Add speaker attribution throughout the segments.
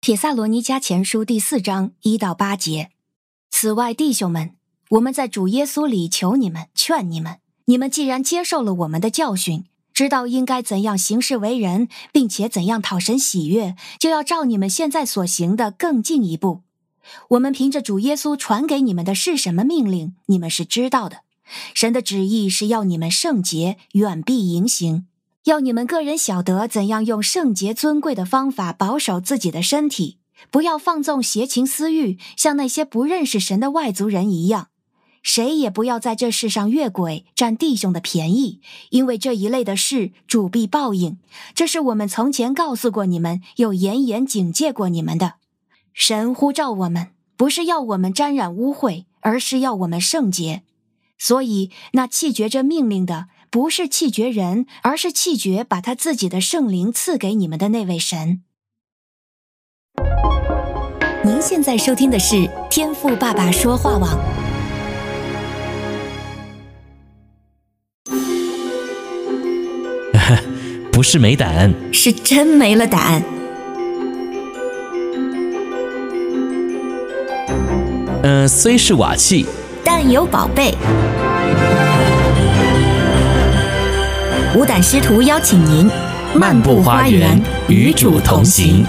Speaker 1: 帖萨罗尼迦前书》第四章一到八节。此外，弟兄们，我们在主耶稣里求你们、劝你们：你们既然接受了我们的教训，知道应该怎样行事为人，并且怎样讨神喜悦，就要照你们现在所行的更进一步。我们凭着主耶稣传给你们的是什么命令，你们是知道的。神的旨意是要你们圣洁，远避淫行，要你们个人晓得怎样用圣洁尊贵的方法保守自己的身体，不要放纵邪情私欲，像那些不认识神的外族人一样。谁也不要在这世上越轨，占弟兄的便宜，因为这一类的事主必报应。这是我们从前告诉过你们，又严严警戒过你们的。神呼召我们，不是要我们沾染污秽，而是要我们圣洁。所以，那弃绝这命令的，不是弃绝人，而是弃绝把他自己的圣灵赐给你们的那位神。您现在收听的是《天赋爸爸说话网》。
Speaker 2: 不是没胆，
Speaker 1: 是真没了胆。
Speaker 2: 嗯、虽是瓦器，
Speaker 1: 但有宝贝。无胆师徒邀请您
Speaker 2: 漫步花园，与主同行。。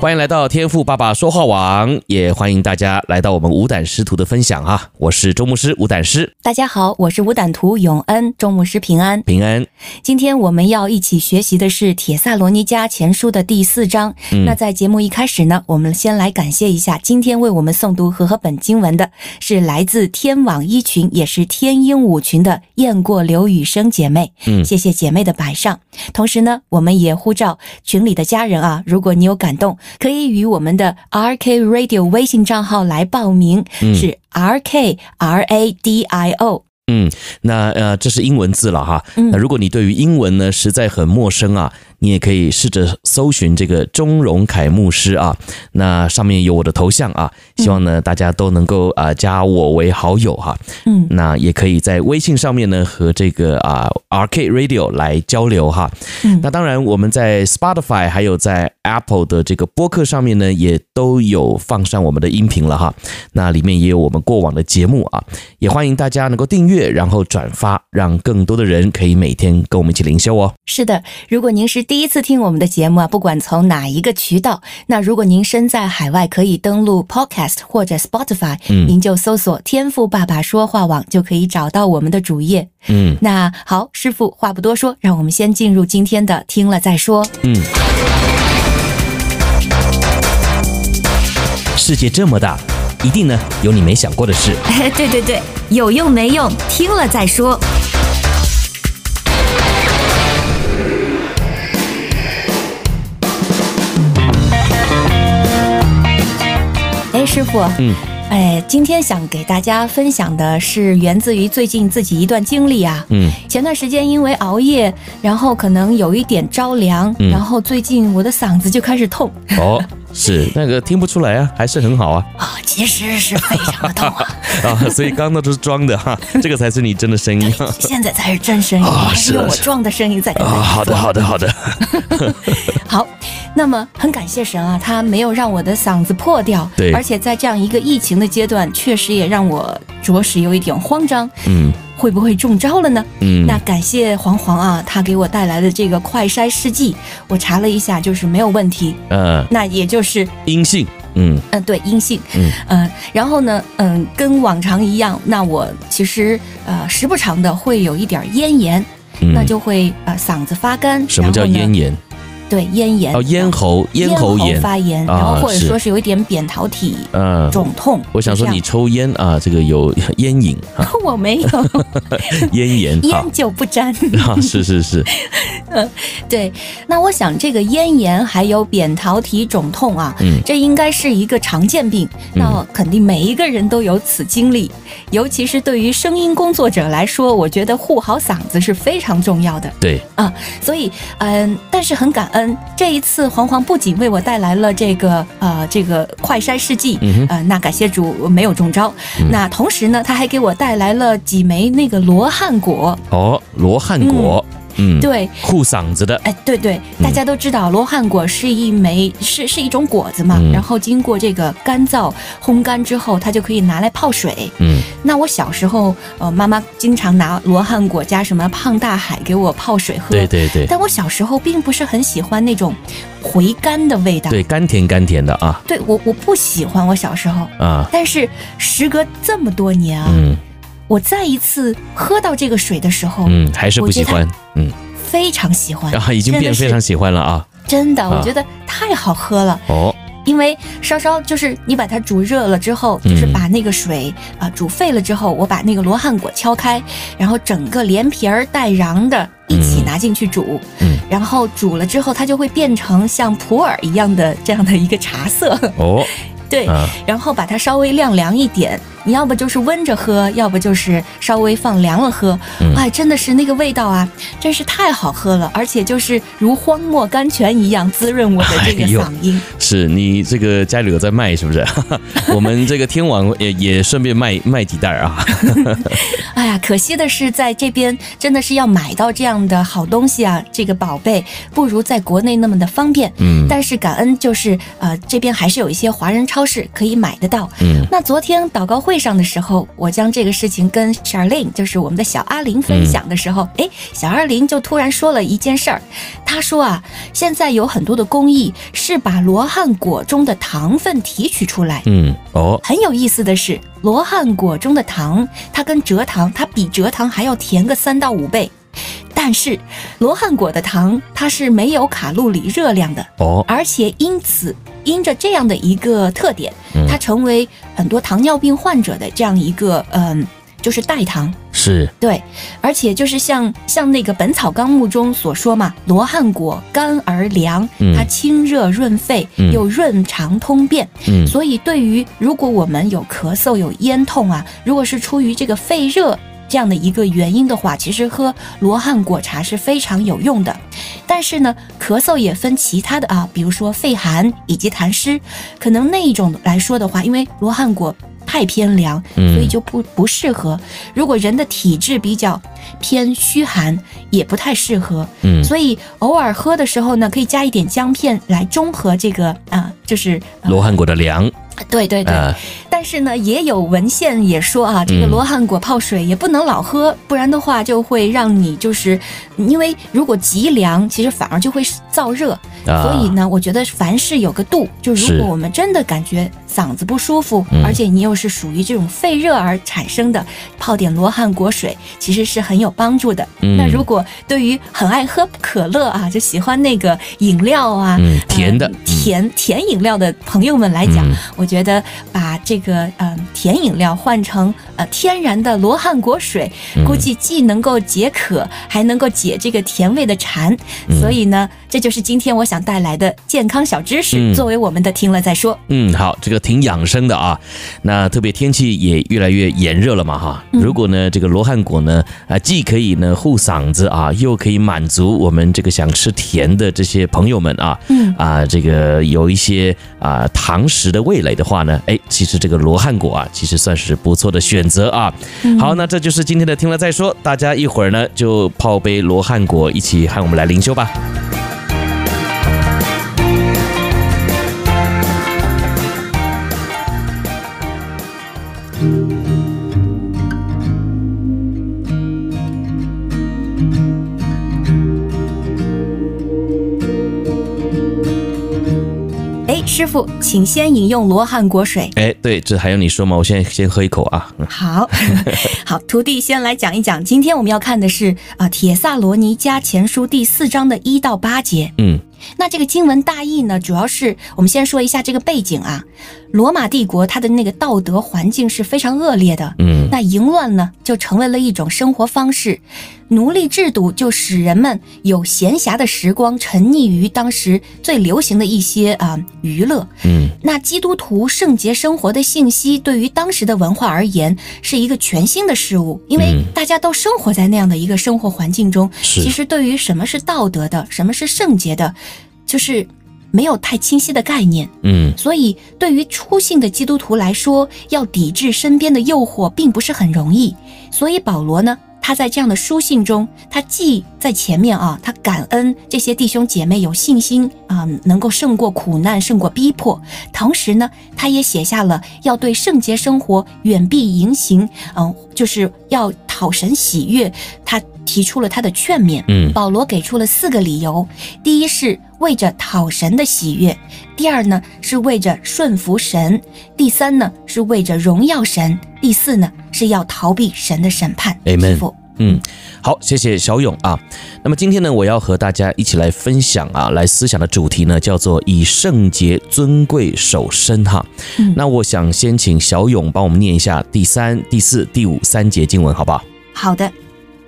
Speaker 2: 欢迎来到天赋爸爸说话网，也欢迎大家来到我们无胆师徒的分享啊！我是周牧师，无胆师
Speaker 1: 大家好，我是无胆徒永恩，中牧师平安。
Speaker 2: 平安。
Speaker 1: 今天我们要一起学习的是《铁萨罗尼迦前书》的第四章。
Speaker 2: 嗯
Speaker 1: 那在节目一开始呢，我们先来感谢一下今天为我们诵读和合本经文的是来自天网一群，也是天鹰舞群的雁过刘雨生姐妹。
Speaker 2: 嗯
Speaker 1: 谢谢姐妹的摆上。同时呢，我们也呼召群里的家人啊，如果你有感动，可以与我们的 RK Radio 微信账号来报名，
Speaker 2: 嗯
Speaker 1: 是 RK R A D I O。
Speaker 2: 嗯，那呃，这是英文字了哈。
Speaker 1: 嗯
Speaker 2: 那呃如果你对于英文呢实在很陌生啊，你也可以试着搜寻这个钟荣凯牧师啊，那上面有我的头像啊，希望呢大家都能够啊、呃加我为好友哈、
Speaker 1: 嗯
Speaker 2: 那也可以在微信上面呢和这个啊、RK Radio 来交流哈。
Speaker 1: 嗯
Speaker 2: 那当然，我们在 Spotify 还有在 Apple 的这个播客上面呢，也都有放上我们的音频了哈。那里面也有我们过往的节目啊，也欢迎大家能够订阅，然后转发，让更多的人可以每天跟我们一起灵修哦。
Speaker 1: 是的，如果您是第一次听我们的节目啊，不管从哪一个渠道，那如果您身在海外，可以登录 Podcast 或者 Spotify，、您就搜索“天赋爸爸说话网”，就可以找到我们的主页。
Speaker 2: 嗯
Speaker 1: 那好，师傅话不多说，让我们先进入今天的听了再说。
Speaker 2: 嗯。世界这么大，一定呢有你没想过的事。
Speaker 1: 对对对，有用没用，听了再说。哎，师傅，
Speaker 2: 嗯，
Speaker 1: 哎，今天想给大家分享的是源自于最近自己一段经历啊。
Speaker 2: 嗯
Speaker 1: 前段时间因为熬夜，然后可能有一点着凉，
Speaker 2: 嗯
Speaker 1: 然后最近我的嗓子就开始痛
Speaker 2: 哦，是那个听不出来啊，还是很好啊
Speaker 1: 啊、其实是非常的痛啊，
Speaker 2: 啊，所以刚刚那都是装的哈，这个才是你真的声音。
Speaker 1: 现在才是真声音，
Speaker 2: 啊
Speaker 1: 还
Speaker 2: 是的
Speaker 1: 用我
Speaker 2: 是的
Speaker 1: 壮的声音在跟
Speaker 2: 啊、
Speaker 1: 大家
Speaker 2: 好的，
Speaker 1: 说
Speaker 2: 好的，好的。
Speaker 1: 好，那么很感谢神啊，他没有让我的嗓子破掉，
Speaker 2: 对
Speaker 1: 而且在这样一个疫情的阶段，确实也让我着实有一点慌张，
Speaker 2: 嗯
Speaker 1: 会不会中招了呢？
Speaker 2: 嗯，
Speaker 1: 那感谢黄黄啊，他给我带来的这个快筛试剂，我查了一下，就是没有问题，
Speaker 2: 呃，
Speaker 1: 那也就是
Speaker 2: 阴性，嗯
Speaker 1: 嗯，对，阴性。
Speaker 2: 嗯
Speaker 1: 呃，然后呢，嗯，跟往常一样，那我其实呃时不常的会有一点儿咽炎，
Speaker 2: 嗯，
Speaker 1: 那就会呃嗓子发干。
Speaker 2: 什么叫
Speaker 1: 然后呢
Speaker 2: 咽炎？
Speaker 1: 对咽炎
Speaker 2: 哦，咽喉咽
Speaker 1: 喉
Speaker 2: 喉炎，
Speaker 1: 发炎，
Speaker 2: 啊
Speaker 1: 然后或者
Speaker 2: 是
Speaker 1: 说是有一点扁桃体
Speaker 2: 嗯，
Speaker 1: 肿痛。
Speaker 2: 我想
Speaker 1: 就这
Speaker 2: 说
Speaker 1: 样
Speaker 2: 你，抽烟啊，这个有烟瘾啊，
Speaker 1: 我没 有
Speaker 2: 烟炎啊
Speaker 1: 烟酒不沾。
Speaker 2: 啊， 是是是，
Speaker 1: 对，那我想这个咽炎还有扁桃体肿痛啊，
Speaker 2: 嗯
Speaker 1: 这应该是一个常见病，那肯定每一个人都有此经历，尤其是对于声音工作者来说，我觉得护好嗓子是非常重要的。
Speaker 2: 对，
Speaker 1: 所以，嗯，但是很感恩，这一次黄黄不仅为我带来了这个呃这个快筛试剂，
Speaker 2: 嗯哼
Speaker 1: 呃，那感谢主我没有中招。
Speaker 2: 嗯
Speaker 1: 那同时呢，他还给我带来了几枚那个罗汉果，
Speaker 2: 哦，罗汉果，嗯，
Speaker 1: 对。
Speaker 2: 护嗓子的，
Speaker 1: 哎，对对，大家都知道罗汉果是一枚是是一种果子嘛，
Speaker 2: 嗯
Speaker 1: 然后经过这个干燥烘干之后，它就可以拿来泡水。
Speaker 2: 嗯，
Speaker 1: 那我小时候，呃，妈妈经常拿罗汉果加什么胖大海给我泡水喝。
Speaker 2: 对对对
Speaker 1: 但我小时候并不是很喜欢那种回甘的味道，
Speaker 2: 对，甘甜甘甜的啊
Speaker 1: 对我我不喜欢。我小时候，
Speaker 2: 啊，
Speaker 1: 但是时隔这么多年啊，
Speaker 2: 嗯
Speaker 1: 我再一次喝到这个水的时候，
Speaker 2: 嗯，还是不喜欢，嗯
Speaker 1: 非常喜欢，
Speaker 2: 啊，已经
Speaker 1: 真的
Speaker 2: 变
Speaker 1: 是
Speaker 2: 非常喜欢了啊，
Speaker 1: 真的，
Speaker 2: 啊
Speaker 1: 我觉得太好喝了。
Speaker 2: 哦，
Speaker 1: 因为稍稍就是你把它煮热了之后，
Speaker 2: 嗯
Speaker 1: 就是把那个水啊、呃煮沸了之后，我把那个罗汉果敲开，然后整个连皮儿带瓤的一起
Speaker 2: 嗯
Speaker 1: 拿进去煮，
Speaker 2: 嗯
Speaker 1: 然后煮了之后，它就会变成像普洱一样的这样的一个茶色，
Speaker 2: 哦
Speaker 1: 对，
Speaker 2: 啊，
Speaker 1: 然后把它稍微晾凉一点。你要不就是温着喝，要不就是稍微放凉了喝。
Speaker 2: 嗯
Speaker 1: 哎，真的是那个味道啊，真是太好喝了，而且就是如荒漠甘泉一样滋润我的这个
Speaker 2: 哎呦
Speaker 1: 嗓音。
Speaker 2: 是你这个家里有在卖是不是？ 我们这个天网也也顺便卖卖几袋儿 啊，
Speaker 1: 哎呀，可惜的是，在这边真的是要买到这样的好东西啊，这个宝贝不如在国内那么的方便。
Speaker 2: 嗯
Speaker 1: 但是感恩就是，呃，这边还是有一些华人超市可以买得到。
Speaker 2: 嗯
Speaker 1: 那昨天祷告会上的时候，我将这个事情跟 Charlene，就是我们的小阿玲分享的时候，哎、小阿玲就突然说了一件事儿，她说啊，现在有很多的工艺是把罗汉果中的糖分提取出来，
Speaker 2: 嗯，哦，
Speaker 1: 很有意思的是，罗汉果中的糖，它跟蔗糖，它比蔗糖还要甜个三到五倍。但是，罗汉果的糖它是没有卡路里热量的，
Speaker 2: 哦，
Speaker 1: 而且因此因着这样的一个特点
Speaker 2: 嗯，
Speaker 1: 它成为很多糖尿病患者的这样一个嗯、就是代糖。
Speaker 2: 是，
Speaker 1: 对，而且就是像像那个《本草纲目》中所说嘛，罗汉果甘而凉
Speaker 2: 嗯，
Speaker 1: 它清热润肺，
Speaker 2: 嗯
Speaker 1: 又润肠通便。
Speaker 2: 嗯
Speaker 1: 所以，对于如果我们有咳嗽、有咽痛啊，如果是出于这个肺热这样的一个原因的话，其实喝罗汉果茶是非常有用的。但是呢，咳嗽也分其他的啊，比如说肺寒以及痰湿，可能那一种来说的话，因为罗汉果太偏凉，
Speaker 2: 嗯
Speaker 1: 所以就不不适合。如果人的体质比较偏虚寒，也不太适合。
Speaker 2: 嗯
Speaker 1: 所以偶尔喝的时候呢，可以加一点姜片来中和这个啊、就是、呃
Speaker 2: 罗汉果的凉
Speaker 1: 对对对。
Speaker 2: 啊，
Speaker 1: 但是呢，也有文献也说啊，这个
Speaker 2: 嗯
Speaker 1: 罗汉果泡水也不能老喝，不然的话就会让你就是，因为如果极凉，其实反而就会燥热。
Speaker 2: 啊
Speaker 1: 所以呢，我觉得凡事有个度，就如
Speaker 2: 是
Speaker 1: 果我们真的感觉嗓子不舒服，
Speaker 2: 嗯
Speaker 1: 而且你又是属于这种肺热而产生的，泡点罗汉果水其实是很有帮助的。
Speaker 2: 嗯
Speaker 1: 那如果对于很爱喝可乐啊，就喜欢那个饮料啊，
Speaker 2: 嗯
Speaker 1: 呃
Speaker 2: 甜的嗯
Speaker 1: 甜甜饮料的朋友们来讲，
Speaker 2: 嗯
Speaker 1: 我觉得把这个嗯、呃甜饮料换成呃天然的罗汉果水，
Speaker 2: 嗯
Speaker 1: 估计既能够解渴，还能够解这个甜味的馋。
Speaker 2: 嗯
Speaker 1: 所以呢，这就是今天我想带来的健康小知识，
Speaker 2: 嗯
Speaker 1: 作为我们的听了再说。
Speaker 2: 嗯，好，这个挺养生的啊。那特别天气也越来越炎热了嘛哈。
Speaker 1: 嗯
Speaker 2: 如果呢，这个罗汉果呢，啊，既可以呢护嗓子啊，又可以满足我们这个想吃甜的这些朋友们啊。
Speaker 1: 嗯
Speaker 2: 啊，这个有一些啊糖食的味蕾的话呢，哎，其实这个罗汉果啊，其实算是不错的选择啊。
Speaker 1: 嗯
Speaker 2: 好，那这就是今天的听了再说，大家一会儿呢就泡杯罗汉果，一起和我们来灵修吧。
Speaker 1: 哎，师傅，请先饮用罗汉果水。
Speaker 2: 哎，对，这还用你说吗？我现在先喝一口啊。
Speaker 1: 好好，徒弟先来讲一讲，呃今天我们要看的是啊、铁萨罗尼迦前书》第四章的一到八节。
Speaker 2: 嗯，
Speaker 1: 那这个经文大意呢，主要是我们先说一下这个背景啊。罗马帝国它的那个道德环境是非常恶劣的，
Speaker 2: 嗯
Speaker 1: 那淫乱呢就成为了一种生活方式，奴隶制度就使人们有闲暇的时光沉溺于当时最流行的一些啊、娱乐。
Speaker 2: 嗯
Speaker 1: 那基督徒圣洁生活的信息，对于当时的文化而言，是一个全新的事物，因为
Speaker 2: 嗯
Speaker 1: 大家都生活在那样的一个生活环境中，
Speaker 2: 是
Speaker 1: 其实对于什么是道德的，什么是圣洁的，就是没有太清晰的概念。
Speaker 2: 嗯
Speaker 1: 所以，对于初信的基督徒来说，要抵制身边的诱惑，并不是很容易。所以，保罗呢，他在这样的书信中，他既在前面啊，他感恩这些弟兄姐妹有信心啊、能够胜过苦难，胜过逼迫；同时呢，他也写下了要对圣洁生活远避淫行，嗯、就是要讨神喜悦，他提出了他的劝勉。
Speaker 2: 嗯
Speaker 1: 保罗给出了四个理由：第一是为着讨神的喜悦；第二呢是为着顺服神；第三呢是为着荣耀神；第四呢是要逃避神的审判。
Speaker 2: Amen
Speaker 1: 师父
Speaker 2: 嗯，好，谢谢小勇啊。那么今天呢，我要和大家一起来分享啊，来思想的主题呢，叫做以圣洁尊贵守身哈。
Speaker 1: 嗯
Speaker 2: 那我想先请小勇帮我们念一下第三、第四、第五三节经文，好不好？
Speaker 1: 好的，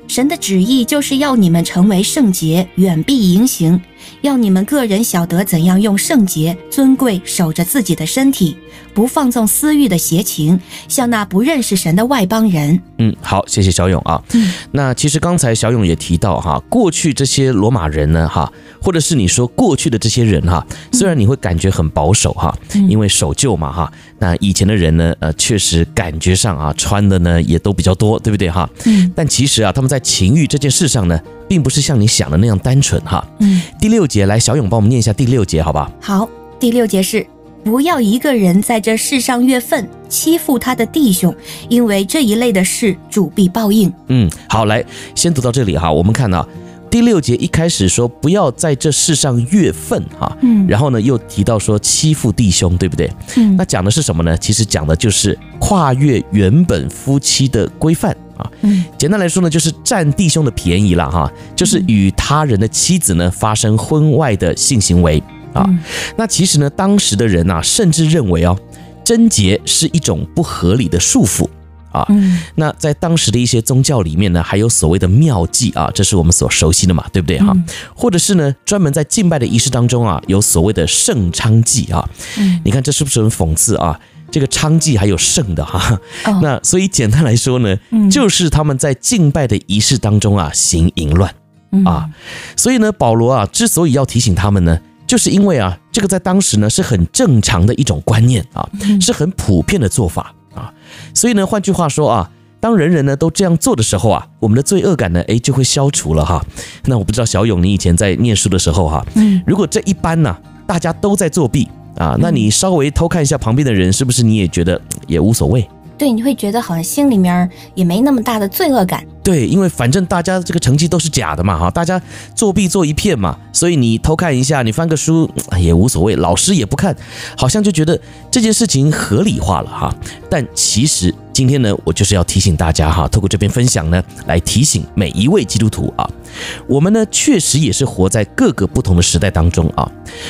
Speaker 1: 神的旨意就是要你们成为圣洁，远避淫行，要你们个人晓得怎样用圣洁、尊贵守着自己的身体，不放纵私欲的邪情，像那不认识神的外邦人。
Speaker 2: 嗯，好，谢谢小勇啊。
Speaker 1: 嗯
Speaker 2: 那其实刚才小勇也提到哈，过去这些罗马人呢哈，或者是你说过去的这些人哈，虽然你会感觉很保守哈，
Speaker 1: 嗯
Speaker 2: 因为守旧嘛哈。那以前的人呢，呃，确实感觉上啊，穿的呢也都比较多，对不对哈？
Speaker 1: 嗯
Speaker 2: 但其实啊，他们在情欲这件事上呢，并不是像你想的那样单纯哈。
Speaker 1: 嗯。
Speaker 2: 第六节，来，小勇帮我们念一下第六节，好吧？
Speaker 1: 好，第六节是不要一个人在这世上越分欺负他的弟兄，因为这一类的事主必报应。
Speaker 2: 嗯，好，来，先读到这里哈。我们看到第六节一开始说不要在这世上越分哈，
Speaker 1: 嗯
Speaker 2: 然后呢又提到说欺负弟兄，对不对？
Speaker 1: 嗯
Speaker 2: 那讲的是什么呢？其实讲的就是跨越原本夫妻的规范啊。
Speaker 1: 嗯
Speaker 2: 简单来说呢，就是占弟兄的便宜了哈，就是与他人的妻子呢发生婚外的性行为啊。
Speaker 1: 嗯
Speaker 2: 那其实呢，当时的人啊，甚至认为哦，贞洁是一种不合理的束缚。
Speaker 1: 嗯
Speaker 2: 那在当时的一些宗教里面呢，还有所谓的妙计啊，这是我们所熟悉的嘛，对不对哈、
Speaker 1: 嗯
Speaker 2: 或者是呢，专门在敬拜的仪式当中啊，有所谓的圣娼妓啊，
Speaker 1: 嗯
Speaker 2: 你看这是不是很讽刺啊？这个娼妓还有圣的哈、
Speaker 1: 哦
Speaker 2: 那所以简单来说呢，
Speaker 1: 嗯
Speaker 2: 就是他们在敬拜的仪式当中啊行淫乱。
Speaker 1: 嗯
Speaker 2: 啊，所以呢，保罗啊之所以要提醒他们呢，就是因为啊，这个在当时呢是很正常的一种观念啊，是很普遍的做法啊。所以呢，换句话说啊，当人人呢都这样做的时候啊，我们的罪恶感呢，诶就会消除了哈。那我不知道小勇，你以前在念书的时候哈、
Speaker 1: 嗯
Speaker 2: 如果这一班呢、大家都在作弊啊，那你稍微偷看一下旁边的人，是不是你也觉得嗯也无所谓？
Speaker 1: 对，你会觉得好像心里面儿也没那么大的罪恶感。
Speaker 2: 对，因为反正大家这个成绩都是假的嘛，哈，大家作弊做一片嘛，所以你偷看一下，你翻个书嗯也无所谓，老师也不看，好像就觉得这件事情合理化了哈。但其实今天呢，我就是要提醒大家哈，透过这篇分享呢，来提醒每一位基督徒啊，我们呢确实也是活在各个不同的时代当中啊。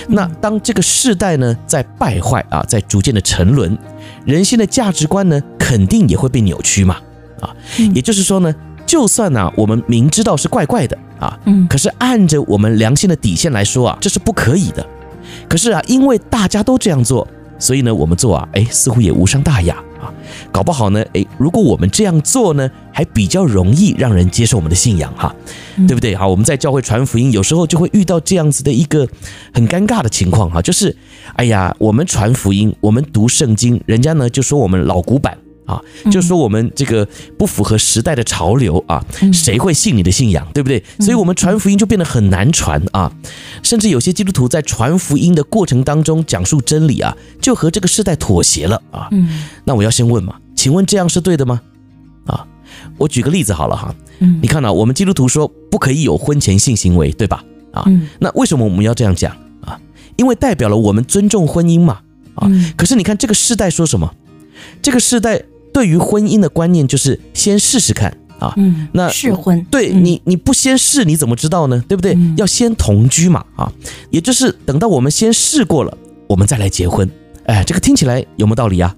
Speaker 2: 那当这个世代呢在败坏啊，在逐渐的沉沦，人性的价值观呢肯定也会被扭曲嘛。啊
Speaker 1: 嗯
Speaker 2: 也就是说呢，就算呢、我们明知道是怪怪的啊，
Speaker 1: 嗯
Speaker 2: 可是按着我们良心的底线来说啊，这是不可以的。可是啊，因为大家都这样做，所以呢，我们做啊，哎，似乎也无伤大雅啊。搞不好呢，哎，如果我们这样做呢，还比较容易让人接受我们的信仰哈、
Speaker 1: 嗯
Speaker 2: 对不对？哈，我们在教会传福音，有时候就会遇到这样子的一个很尴尬的情况哈、就是，哎呀，我们传福音，我们读圣经，人家呢就说我们老古板啊，就说我们这个不符合时代的潮流啊，谁会信你的信仰，对不对？所以我们传福音就变得很难传啊，甚至有些基督徒在传福音的过程当中讲述真理啊，就和这个世代妥协了啊。
Speaker 1: 嗯
Speaker 2: 那我要先问嘛，请问这样是对的吗？啊，我举个例子好了哈，
Speaker 1: 嗯
Speaker 2: 你看啊，我们基督徒说不可以有婚前性行为，对吧？啊，
Speaker 1: 嗯
Speaker 2: 那为什么我们要这样讲啊？因为代表了我们尊重婚姻嘛。啊
Speaker 1: 嗯
Speaker 2: 可是你看这个世代说什么？这个世代对于婚姻的观念就是先试试看啊。
Speaker 1: 嗯，
Speaker 2: 那
Speaker 1: 试婚，
Speaker 2: 对
Speaker 1: 嗯
Speaker 2: 你，你不先试你怎么知道呢？对不对
Speaker 1: 嗯？
Speaker 2: 要先同居嘛，啊，也就是等到我们先试过了，我们再来结婚。哎，这个听起来有没有道理啊？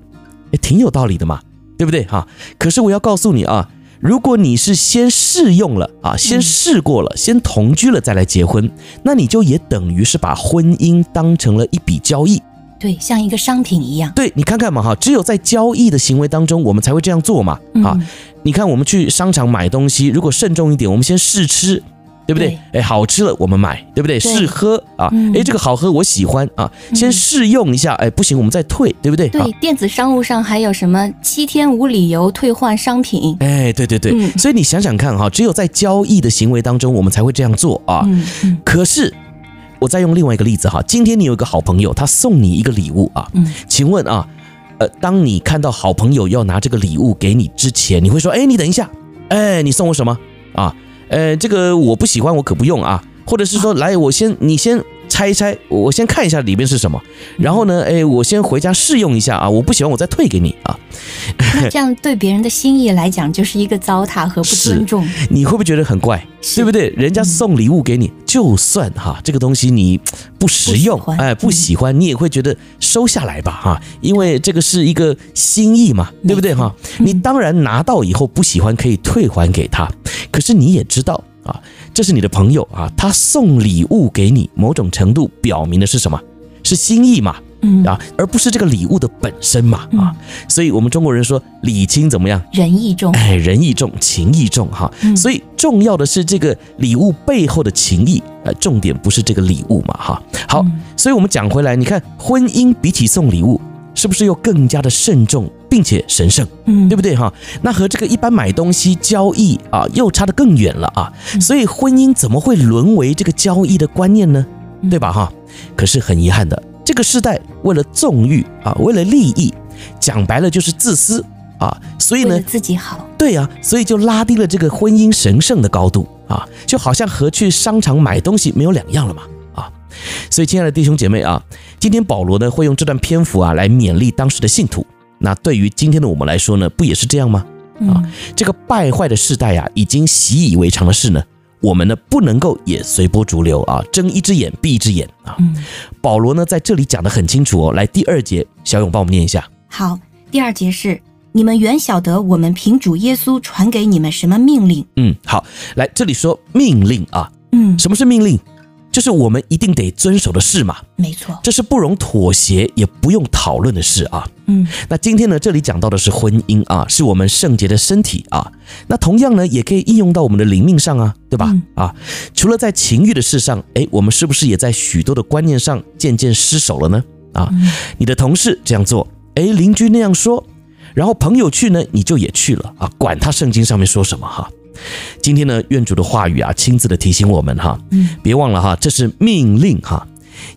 Speaker 2: 也挺有道理的嘛，对不对哈、可是我要告诉你啊，如果你是先试用了
Speaker 1: 嗯
Speaker 2: 啊，先试过了，先同居了再来结婚，那你就也等于是把婚姻当成了一笔交易。
Speaker 1: 对，像一个商品一样
Speaker 2: 对你看看嘛哈，只有在交易的行为当中，我们才会这样做嘛啊。
Speaker 1: 嗯
Speaker 2: 你看我们去商场买东西，如果慎重一点，我们先试吃，对不对？哎，好吃了我们买，对不对？
Speaker 1: 对
Speaker 2: 试喝啊
Speaker 1: 嗯，
Speaker 2: 哎，这个好喝我喜欢啊，先
Speaker 1: 嗯
Speaker 2: 试用一下，哎，不行我们再退，对不对？啊
Speaker 1: 对，电子商务上还有什么七天无理由退换商品？
Speaker 2: 哎，对对对，
Speaker 1: 嗯
Speaker 2: 所以你想想看哈，只有在交易的行为当中，我们才会这样做啊。
Speaker 1: 嗯嗯
Speaker 2: 可是，我再用另外一个例子哈，今天你有一个好朋友，他送你一个礼物啊，
Speaker 1: 嗯，
Speaker 2: 请问啊，呃，当你看到好朋友要拿这个礼物给你之前，你会说，哎，你等一下，哎，你送我什么啊？呃，这个我不喜欢，我可不用啊。或者是说，来，我先你先拆一拆，我我先看一下里面是什么，然后呢，哎，我先回家试用一下啊，我不喜欢我再退给你啊。
Speaker 1: 那这样对别人的心意来讲，就是一个糟蹋和不尊重。
Speaker 2: 你会不会觉得很怪？
Speaker 1: 是嗯
Speaker 2: 对不对？人家送礼物给你，就算哈这个东西你嘖不实用
Speaker 1: 不喜，欢嗯
Speaker 2: 哎，不喜欢，你也会觉得收下来吧，哈，因为这个是一个心意嘛，对不对哈？
Speaker 1: 嗯
Speaker 2: 你当然拿到以后不喜欢可以退还给他，可是你也知道啊，这是你的朋友啊，他送礼物给你，某种程度表明的是什么？是心意嘛，
Speaker 1: 嗯，
Speaker 2: 啊，而不是这个礼物的本身嘛，啊，所以我们中国人说礼轻怎么样？
Speaker 1: 仁义重。
Speaker 2: 哎，仁义重，情义重哈。
Speaker 1: 嗯
Speaker 2: 所以重要的是这个礼物背后的情谊，呃，重点不是这个礼物嘛哈。好，
Speaker 1: 嗯
Speaker 2: 所以我们讲回来，你看婚姻比起送礼物，是不是又更加的慎重并且神圣，
Speaker 1: 嗯，
Speaker 2: 对不对哈？那和这个一般买东西交易啊，又差得更远了啊。
Speaker 1: 嗯
Speaker 2: 所以婚姻怎么会沦为这个交易的观念呢？
Speaker 1: 嗯
Speaker 2: 对吧哈？可是很遗憾的，这个时代为了纵欲啊，为了利益，讲白了就是自私啊，所以
Speaker 1: 为
Speaker 2: 呢
Speaker 1: 了，自己好。
Speaker 2: 对啊，所以就拉低了这个婚姻神圣的高度啊，就好像和去商场买东西没有两样了嘛啊。所以，亲爱的弟兄姐妹啊，今天保罗呢会用这段篇幅啊来勉励当时的信徒。那对于今天的我们来说呢，不也是这样吗？
Speaker 1: 嗯，
Speaker 2: 这个败坏的世代啊，已经习以为常的事呢，我们呢不能够也随波逐流啊，睁一只眼闭一只眼啊。
Speaker 1: 嗯
Speaker 2: 保罗呢在这里讲得很清楚哦，来第二节，小勇帮我们念一下。
Speaker 1: 好，第二节是你们原晓得我们凭主耶稣传给你们什么命令。
Speaker 2: 嗯，好，来这里说命令啊，
Speaker 1: 嗯，
Speaker 2: 什么是命令？就是我们一定得遵守的事嘛，
Speaker 1: 没错。
Speaker 2: 这是不容妥协也不用讨论的事啊。
Speaker 1: 嗯
Speaker 2: 那今天呢，这里讲到的是婚姻啊，是我们圣洁的身体啊。那同样呢，也可以应用到我们的灵命上啊，对吧？
Speaker 1: 嗯
Speaker 2: 啊，除了在情欲的事上，诶，我们是不是也在许多的观念上渐渐失守了呢？啊，
Speaker 1: 嗯
Speaker 2: 你的同事这样做，诶，邻居那样说，然后朋友去呢，你就也去了啊，管他圣经上面说什么哈。今天呢，愿主的话语啊，亲自的提醒我们哈，
Speaker 1: 嗯
Speaker 2: 别忘了哈，这是命令哈。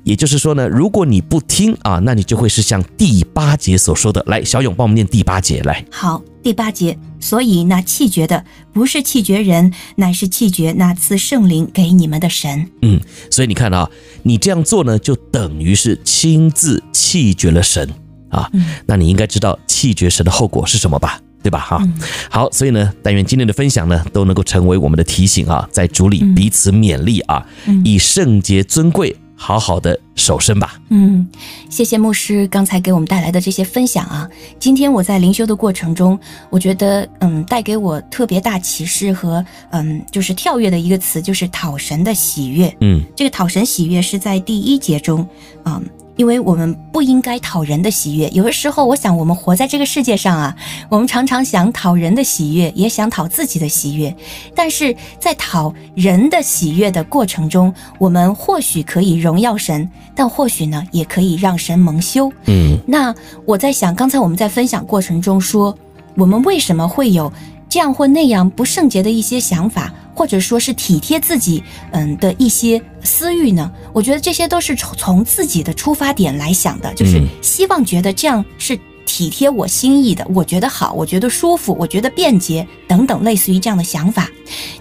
Speaker 2: 也就是说呢，如果你不听啊，那你就会是像第八节所说的。来，小勇帮我们念第八节来。
Speaker 1: 好，第八节，所以那弃绝的不是弃绝人，乃是弃绝那赐圣灵给你们的神。
Speaker 2: 嗯，所以你看啊，你这样做呢，就等于是亲自弃绝了神啊。
Speaker 1: 嗯
Speaker 2: 那你应该知道弃绝神的后果是什么吧？对吧？哈、
Speaker 1: 嗯
Speaker 2: 好，所以呢，但愿今天的分享呢，都能够成为我们的提醒啊，在主里
Speaker 1: 嗯
Speaker 2: 彼此勉励啊，
Speaker 1: 嗯
Speaker 2: 以圣洁尊贵好好的守身吧。
Speaker 1: 嗯，谢谢牧师刚才给我们带来的这些分享啊。今天我在灵修的过程中，我觉得嗯，带给我特别大启示和嗯，就是跳跃的一个词，就是讨神的喜悦。
Speaker 2: 嗯，
Speaker 1: 这个讨神喜悦是在第一节中，啊、因为我们不应该讨人的喜悦。有的时候，我想我们活在这个世界上啊，我们常常想讨人的喜悦，也想讨自己的喜悦，但是在讨人的喜悦的过程中，我们或许可以荣耀神，但或许呢，也可以让神蒙羞。
Speaker 2: 嗯，
Speaker 1: 那我在想，刚才我们在分享过程中说，我们为什么会有这样或那样不圣洁的一些想法，或者说是体贴自己，嗯的一些私欲呢？我觉得这些都是从从自己的出发点来想的，就是
Speaker 2: 嗯
Speaker 1: 希望觉得这样是。体贴我心意的，我觉得好，我觉得舒服，我觉得便捷等等，类似于这样的想法。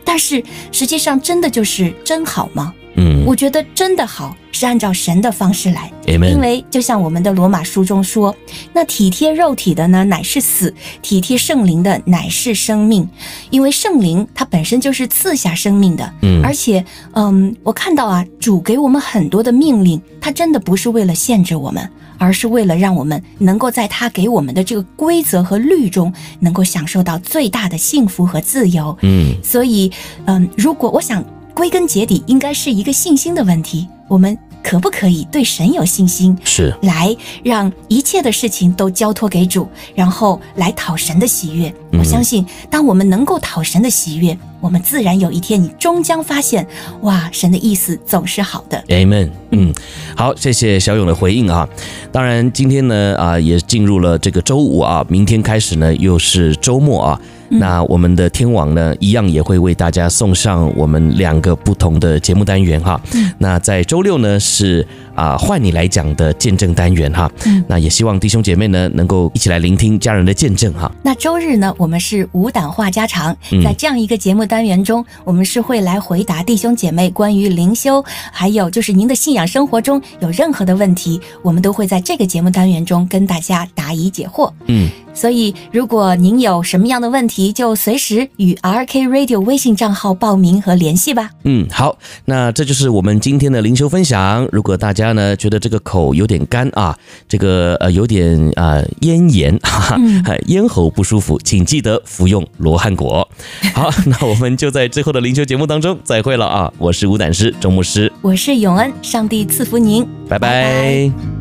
Speaker 1: 但是实际上，真的就是真好吗？
Speaker 2: 嗯嗯
Speaker 1: 我觉得真的好是按照神的方式来，因
Speaker 2: ，Amen，
Speaker 1: 为就像我们的罗马书中说，那体贴肉体的呢乃是死，体贴圣灵的乃是生命，因为圣灵它本身就是赐下生命的。
Speaker 2: 嗯
Speaker 1: 而且，嗯，我看到啊，主给我们很多的命令，他真的不是为了限制我们，而是为了让我们能够在他给我们的这个规则和律中，能够享受到最大的幸福和自由。
Speaker 2: 嗯
Speaker 1: 所以，嗯，如果我想归根结底，应该是一个信心的问题，我们可不可以对神有信心？
Speaker 2: 是，
Speaker 1: 来让一切的事情都交托给主，然后来讨神的喜悦。
Speaker 2: 嗯
Speaker 1: 我相信，当我们能够讨神的喜悦，我们自然有一天，你终将发现，哇，神的意思总是好的。
Speaker 2: Amen。嗯，好，谢谢小勇的回应啊。当然，今天呢啊也进入了这个周五啊，明天开始呢又是周末啊。那我们的天网呢，一样也会为大家送上我们两个不同的节目单元哈。那在周六呢是啊换你来讲的见证单元哈。
Speaker 1: 嗯
Speaker 2: 那也希望弟兄姐妹呢能够一起来聆听家人的见证哈。
Speaker 1: 那周日呢，我们是五档话家常
Speaker 2: 嗯，
Speaker 1: 在这样一个节目单元中，我们是会来回答弟兄姐妹关于灵修，还有就是您的信仰生活中有任何的问题，我们都会在这个节目单元中跟大家答疑解惑。
Speaker 2: 嗯，
Speaker 1: 所以，如果您有什么样的问题，就随时与 RK Radio 微信账号报名和联系吧。
Speaker 2: 嗯，好，那这就是我们今天的灵修分享。如果大家呢觉得这个口有点干啊，这个呃有点啊、呃咽炎，哈哈、咽喉不舒服，请记得服用罗汉果。 好，那我们就在之后的灵修节目当中再会了啊！我是吴胆师周牧师，
Speaker 1: 我是永恩，上帝赐福您。
Speaker 2: 拜拜
Speaker 1: 拜